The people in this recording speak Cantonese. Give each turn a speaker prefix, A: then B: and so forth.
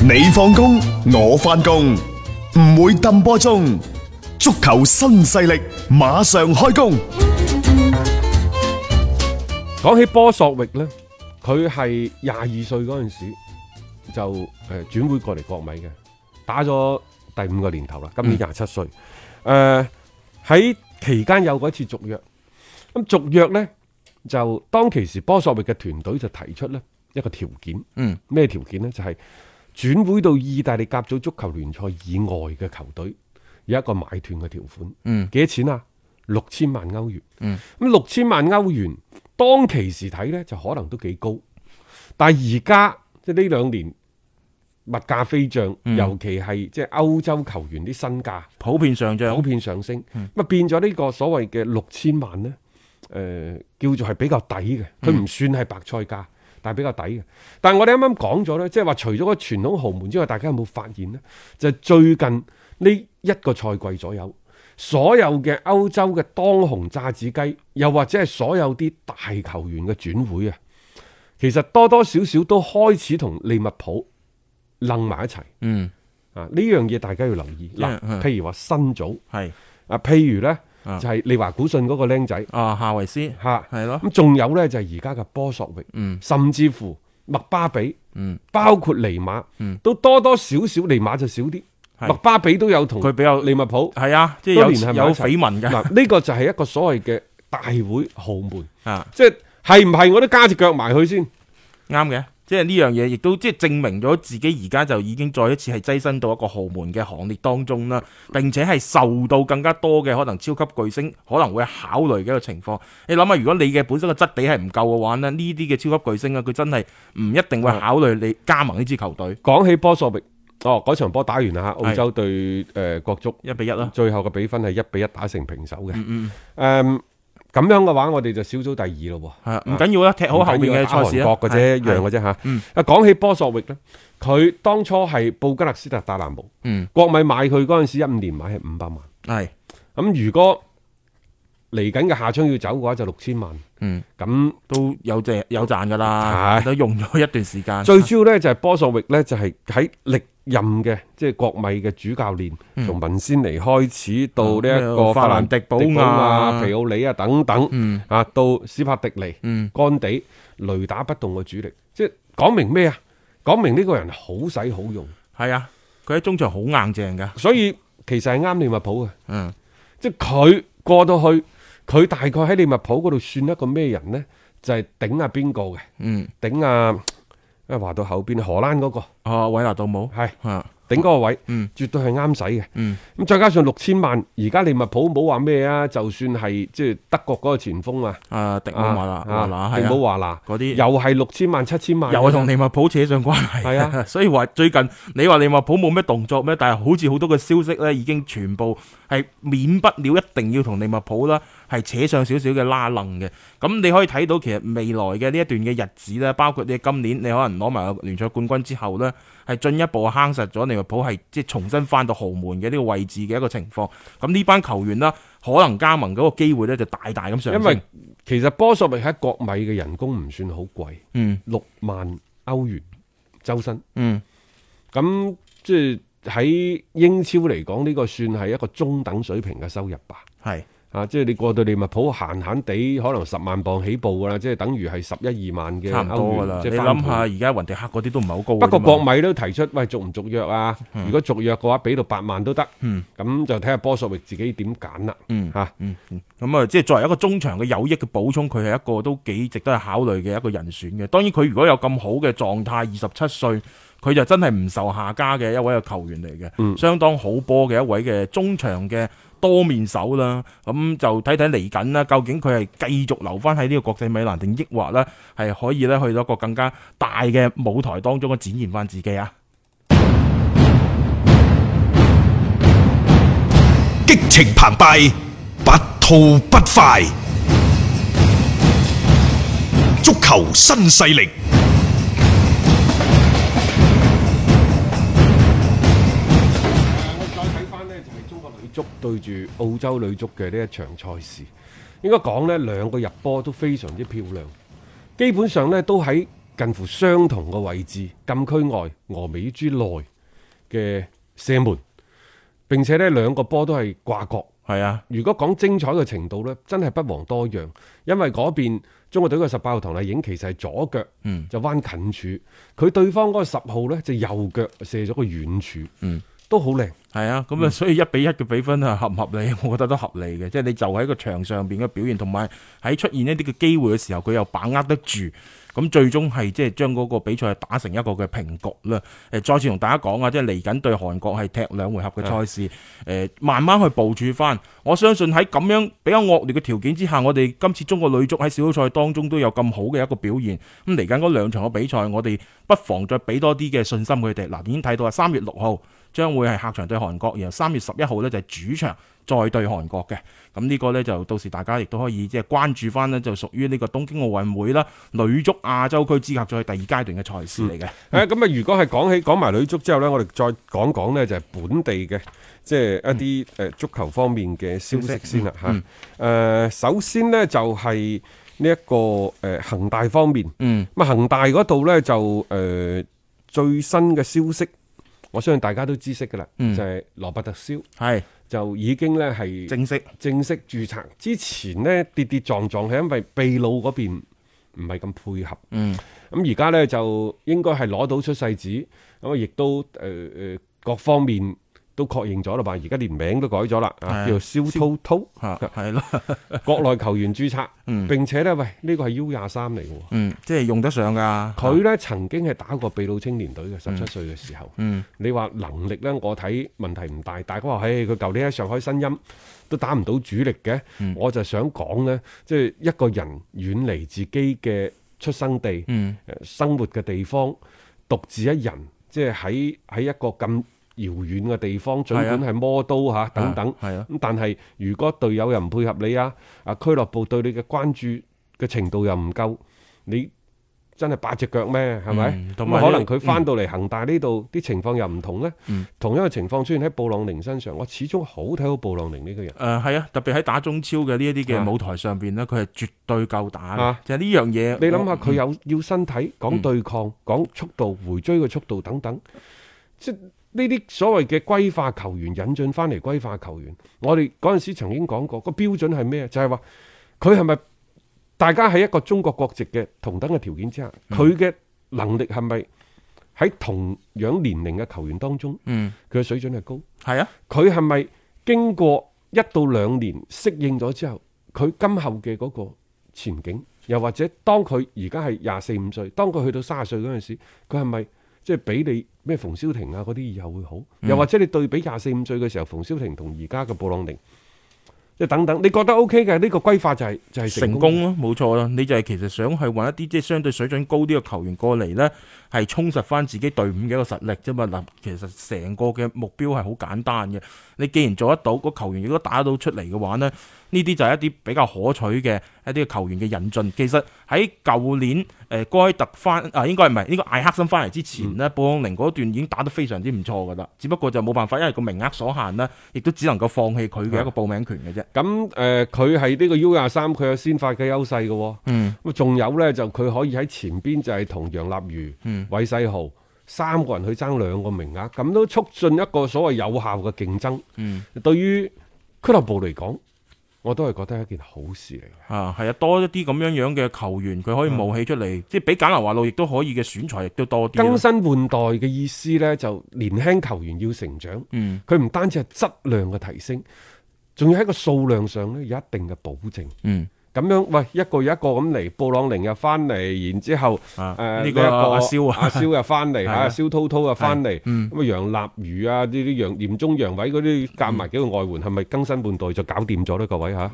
A: 你放工，我翻工，唔會抌波鐘。足球新勢力馬上開工。
B: 講起波索域呢，佢係廿二歲嗰陣時就誒轉會過嚟國米嘅，打咗第五個年頭啦，今
C: 嗯
B: 年廿七歲。誒喺、期間有過一次續約，咁續約呢，就當其時波索域嘅團隊就提出呢一個條件，
C: 嗯，
B: 咩條件呢？就係、轉會到意大利甲組足球聯賽以外嘅球隊，有一個買斷嘅條款，
C: 嗯
B: 幾多錢啊？六千萬歐元，咁六千萬歐元當其時睇呢，就可能都幾高，但係而家即係呢兩年物價飛漲，尤其係即係歐洲球員啲身價
C: 普遍上漲
B: 普，遍上升，咁啊、
C: 嗯
B: 變咗呢個所謂嘅六千萬呢，誒、叫做係比較抵嘅，
C: 嗯
B: 佢唔算係白菜價，但係比較抵嘅。但係我哋啱啱講咗呢，即係話除咗個傳統豪門之外，大家有冇發現呢？就係最近呢一個賽季左右。所有嘅歐洲嘅當紅炸子雞，又或者係所有啲大球員嘅轉會啊，其實多多少少都開始同利物浦楞埋一齊
C: 嗯，
B: 啊！呢樣嘢大家要留意嗱
C: 嗯，
B: 譬如話新組。
C: 係
B: 啊，譬如咧
C: 啊
B: 就係利華古信嗰個僆仔
C: 啊，夏維斯
B: 嚇，
C: 係咯，
B: 咁仲有咧就係而家嘅波索域，
C: 嗯
B: 甚至乎麥巴比，
C: 嗯，
B: 包括尼馬
C: 嗯，
B: 都多多少少尼馬就少啲，
C: 係
B: 麥巴比都有同
C: 佢比較
B: 利物 浦
C: 係啊，即係
B: 多年係
C: 有
B: 咪
C: 有
B: 一齊
C: 緋聞嘅
B: 嗱，呢個就係一個所謂嘅大會豪門，
C: 啊，
B: 即係係唔係我都加只腳埋去先，
C: 啱嘅。即係呢樣嘢，亦都即係證明咗自己而家就已經再一次係躋身到一個豪門嘅行列當中啦，並且係受到更加多嘅可能超級巨星可能會考慮嘅一個情況。你諗下，如果你嘅本身嘅質地係唔夠嘅話呢，呢啲嘅超級巨星啊，佢真係唔一定會考慮你加盟呢支球隊
B: 講起波索域，哦嗰場波打完啦嚇，澳洲對誒國足。
C: 一比一啦。
B: 最後嘅比分係一比一打成平手嘅。嗯嗯。咁樣嘅話，我哋就小組第二咯喎。
C: 係啊唔緊要啦，踢好後面嘅賽事
B: 唔緊要打韓
C: 啊啦
B: 國嘅啫，一樣嘅啫嚇。
C: 嗯
B: 啊，講起波索域呢，佢當初係布吉勒斯特達蘭姆，
C: 嗯，
B: 國米買佢嗰陣時，一五年買係五百萬。
C: 係，
B: 咁如果嚟緊嘅夏窗要走嘅話，就六千萬。
C: 嗯，
B: 咁
C: 都有借有賺噶啦，
B: 係
C: 都用咗一段時間。
B: 最主要呢，就係波索域呢，就係喺歷任嘅即係國米嘅主教練，從文仙尼開始到呢一個
C: 嗯
B: 法蘭迪保亞、
C: 嗯
B: 皮奧里啊等等。
C: 嗯
B: 啊，到史帕迪尼、
C: 嗯
B: 干地、雷打不動嘅主力，即係講明咩啊？講明呢個人好使好用，
C: 係啊，佢喺中場好硬正噶，
B: 所以其實係啱利物浦嘅。
C: 嗯
B: 即係佢過到去，佢大概喺利物浦嗰度算一個咩人呢？就係、頂啊邊個嘅，
C: 嗯，
B: 頂啊啊話到後邊荷蘭嗰、個
C: 哦，韋拿杜姆
B: 係
C: 啊，
B: 頂嗰個位，
C: 嗯
B: 絕對係啱使嘅。
C: 嗯
B: 咁再加上六千萬，而家利物浦冇話咩啊，就算係即係德國嗰個前鋒啊，
C: 啊，迪姆華拿
B: 啊
C: 華拿
B: 迪姆
C: 係啊，
B: 華拿
C: 嗰啲
B: 又係六千萬七千萬㗎，
C: 又係同利物浦扯上關係。
B: 係啊
C: 所以話最近你話利物浦冇咩動作咩？但係好似好多嘅消息咧，已經全部係免不了一定要同利物浦啦，係扯上少少嘅拉楞嘅。咁你可以睇到其實未來嘅呢一段嘅日子咧，包括你今年你可能攞埋個聯賽冠軍之後咧，係進一步夯實咗利物浦係即係重新翻到豪門嘅呢個位置嘅一個情況。咁呢班球員啦，可能加盟嗰個機會咧就大大咁上升。
B: 因為其實波索域喺國米嘅人工唔算好貴，
C: 嗯
B: 六萬歐元周薪。
C: 嗯
B: 咁即係喺英超嚟講，呢、個算係一個中等水平嘅收入吧。
C: 係
B: 啊，即係你過到利物浦閒閒地，可能十萬磅起步㗎啦，即係等於係十一二萬嘅
C: 差唔多
B: 歐
C: 噶
B: 元
C: 啦。，
B: 即
C: 你
B: 係翻
C: 諗
B: 倍
C: 下，啊而家雲迪克嗰啲都唔係好高。
B: 不過國米都提出，喂續唔續約啊？如果續約嘅話，俾到八萬都得。咁、
C: 嗯
B: 就睇下波索域自己點揀啦。
C: 嗯
B: 嚇、
C: 嗯，嗯咁啊，即係作為一個中場嘅有益嘅補充，佢係一個都幾值得去考慮嘅一個人選嘅。當然，佢如果有咁好嘅狀態，二十七歲，佢就真係唔受下家嘅一位嘅球員嚟嘅，
B: 嗯
C: 相當好波嘅一位嘅中場嘅多面手啦。咁就睇睇嚟緊啦，究竟佢係繼續留翻喺呢個國際米蘭定抑或呢係可以咧去到一個更加大嘅舞台當中嘅展現翻自己啊！
A: 激情澎湃，不吐不快。足球新勢力，
B: 我再睇翻呢，就係、中國女足對住澳洲女足嘅呢一場賽事，應該講呢兩個入波都非常之漂亮，基本上呢，都喺近乎相同嘅位置，禁區外俄美珠內嘅射門，並且呢兩個波都係掛角。
C: 係啊，
B: 如果講精彩嘅程度呢，真係不遑多讓，因為嗰邊中國隊嘅十八號唐麗影其實係左腳，
C: 嗯
B: 就彎近柱，佢對方嗰個十號呢，就右腳射咗個遠柱，
C: 嗯
B: 都好靚。
C: 係啊，咁啊，所以一比一嘅比分啊，合唔合理？ 我覺得都合理嘅，即係你就喺個場上邊嘅表現，同埋喺出現一啲嘅機會嘅時候，佢又把握得住，咁最終係即係將嗰個比賽打成一個嘅平局啦。誒，再次同大家講啊，即係嚟緊對韓國係踢兩回合嘅賽事，誒、慢慢去部署翻。我相信喺咁樣比較惡劣嘅條件之下，我哋今次中國女足喺小組賽當中都有咁好嘅一個表現。咁嚟緊嗰兩場嘅比賽，我哋不妨再俾多啲嘅信心佢哋。嗱，已經睇到啊，三月六號將會係客場對韓國，然後三月十一號呢就係主場再對韓國嘅。咁呢個呢，就到時大家亦都可以即係關注翻呢，就屬於呢個東京奧運會啦，女足亞洲區資格賽第二階段嘅賽事嚟嘅。
B: 誒咁啊！如果係講起講埋女足之後呢，我哋再講講呢就係本地嘅，即係一啲誒足球方面嘅消息先啦嚇。誒、首先呢，就係呢一個誒恒大方面，
C: 嗯，
B: 咁啊恒大嗰度呢，就誒、呃最新嘅消息，我相信大家都知悉㗎啦，
C: 嗯
B: 就係羅伯特蕭
C: 係
B: 就已經呢係
C: 正式。
B: 正式註冊之前呢，跌跌撞撞係因為秘魯嗰邊唔係咁配合。
C: 嗯，
B: 咁而家呢，就應該係攞到出世紙，咁啊亦都誒誒、呃各方面都確認咗啦吧？而家連名都改咗啦，
C: 係啊
B: 啊叫做蕭滔滔，
C: 嚇啊係咯，
B: 國內球員註冊，
C: 嗯
B: 並且呢，喂呢個係 U 廿三嚟嘅喎。
C: 嗯，即係用得上㗎。
B: 佢呢曾經係打過秘魯青年隊嘅，十七歲嘅時候。
C: 嗯
B: 你話能力呢，我睇問題唔大。大家話：，唉，佢舊年喺上海申鑫都打唔到主力嘅。我就想講呢，即係一個人遠離自己嘅出生地、
C: 嗯。
B: 呃生活嘅地方，獨自一人，即係喺喺一個咁遙遠嘅地方，儘管係魔都嚇等等。
C: 係啊，
B: 咁但係如果隊友又唔配合你啊，啊俱樂部對你嘅關注嘅程度又唔夠，你真係八隻腳咩？係咪？
C: 嗯
B: 咁、啊
C: 同埋
B: 可
C: 呢
B: 能佢翻到嚟恒大呢度啲情況又唔同呢。
C: 嗯
B: 同樣嘅情況出現喺布朗寧身上，我始終好睇好布朗寧呢個人。
C: 誒係啊，特別喺打中超嘅呢一啲
B: 啊
C: 嘅舞台上邊咧，佢係絕對夠打嘅
B: 啊
C: 就係呢樣嘢，
B: 你諗
C: 我嗯
B: 下，佢有要身體，講對抗，講速度、回追嘅速度等等，即係呢啲所謂嘅歸化球員引進翻嚟歸化球員，我哋嗰陣時曾經講過個標準係咩？啊就係話佢係咪大家喺一個中國國籍嘅同等嘅條件之下，佢嘅能力係咪喺同樣年齡嘅球員當中，
C: 嗯
B: 佢嘅水準係高？
C: 係啊，
B: 佢係咪經過一到兩年適應咗之後，佢今後嘅嗰個前景，又或者當佢而家係廿四五歲，當佢去到三十歲嗰陣時，佢係咪即係比你咩馮瀟霆啊嗰啲以後會好？
C: 嗯
B: 又或者你對比廿四五歲嘅時候，馮瀟霆同而家嘅布朗寧，即係等等，你覺得 O K 嘅呢個規劃就係、就係、
C: 成功咯，冇錯啦。你就係其實想去揾一啲即係相對水準高啲嘅球員過嚟呢，係充實翻自己隊伍嘅一個實力啫嘛。嗱，其實成個嘅目標係好簡單嘅。你既然做得到，個球員亦都打到出嚟嘅話呢，呢啲就係一啲比較可取嘅一啲球員嘅引進。其實喺舊年誒、呃、該特翻啊，應該唔係呢個艾克森翻嚟之前呢，布朗寧嗰段已經打得非常之唔錯噶啦。只不過就冇辦法，因為個名額所限啦，亦都只能夠放棄佢嘅一個報名權嘅啫。
B: 咁誒，佢係呢個 U 廿三，佢有先發嘅優勢嘅喎、
C: 嗯。
B: 咁仲有呢，就佢可以喺前邊就係同楊立瑜、
C: 嗯
B: 韋世豪三個人去爭兩個名額，咁都促進一個所謂有效嘅競爭。
C: 嗯，
B: 對於俱樂部嚟講，我都係覺得係一件好事嚟嘅。
C: 啊，係啊，多一啲咁樣樣嘅球員，佢可以冒起出嚟，即係比簡拿華路亦都可以嘅選材亦都多啲啦。
B: 更新換代嘅意思呢，就年輕球員要成長，
C: 嗯
B: 佢唔單止係質量嘅提升，仲要喺個數量上呢有一定嘅保證。
C: 嗯
B: 咁樣喂，一個又一個咁嚟，布朗寧又翻嚟，然之後
C: 啊，
B: 誒
C: 呢個阿蕭啊，
B: 阿蕭又翻嚟
C: 係
B: 嚇，
C: 啊
B: 蕭滔滔又翻嚟，
C: 嗯
B: 咁啊楊立瑜
C: 嗯
B: 啊呢啲楊嚴中楊偉嗰啲夾埋幾個外援，係咪更新換代就搞掂咗呢？各位嚇？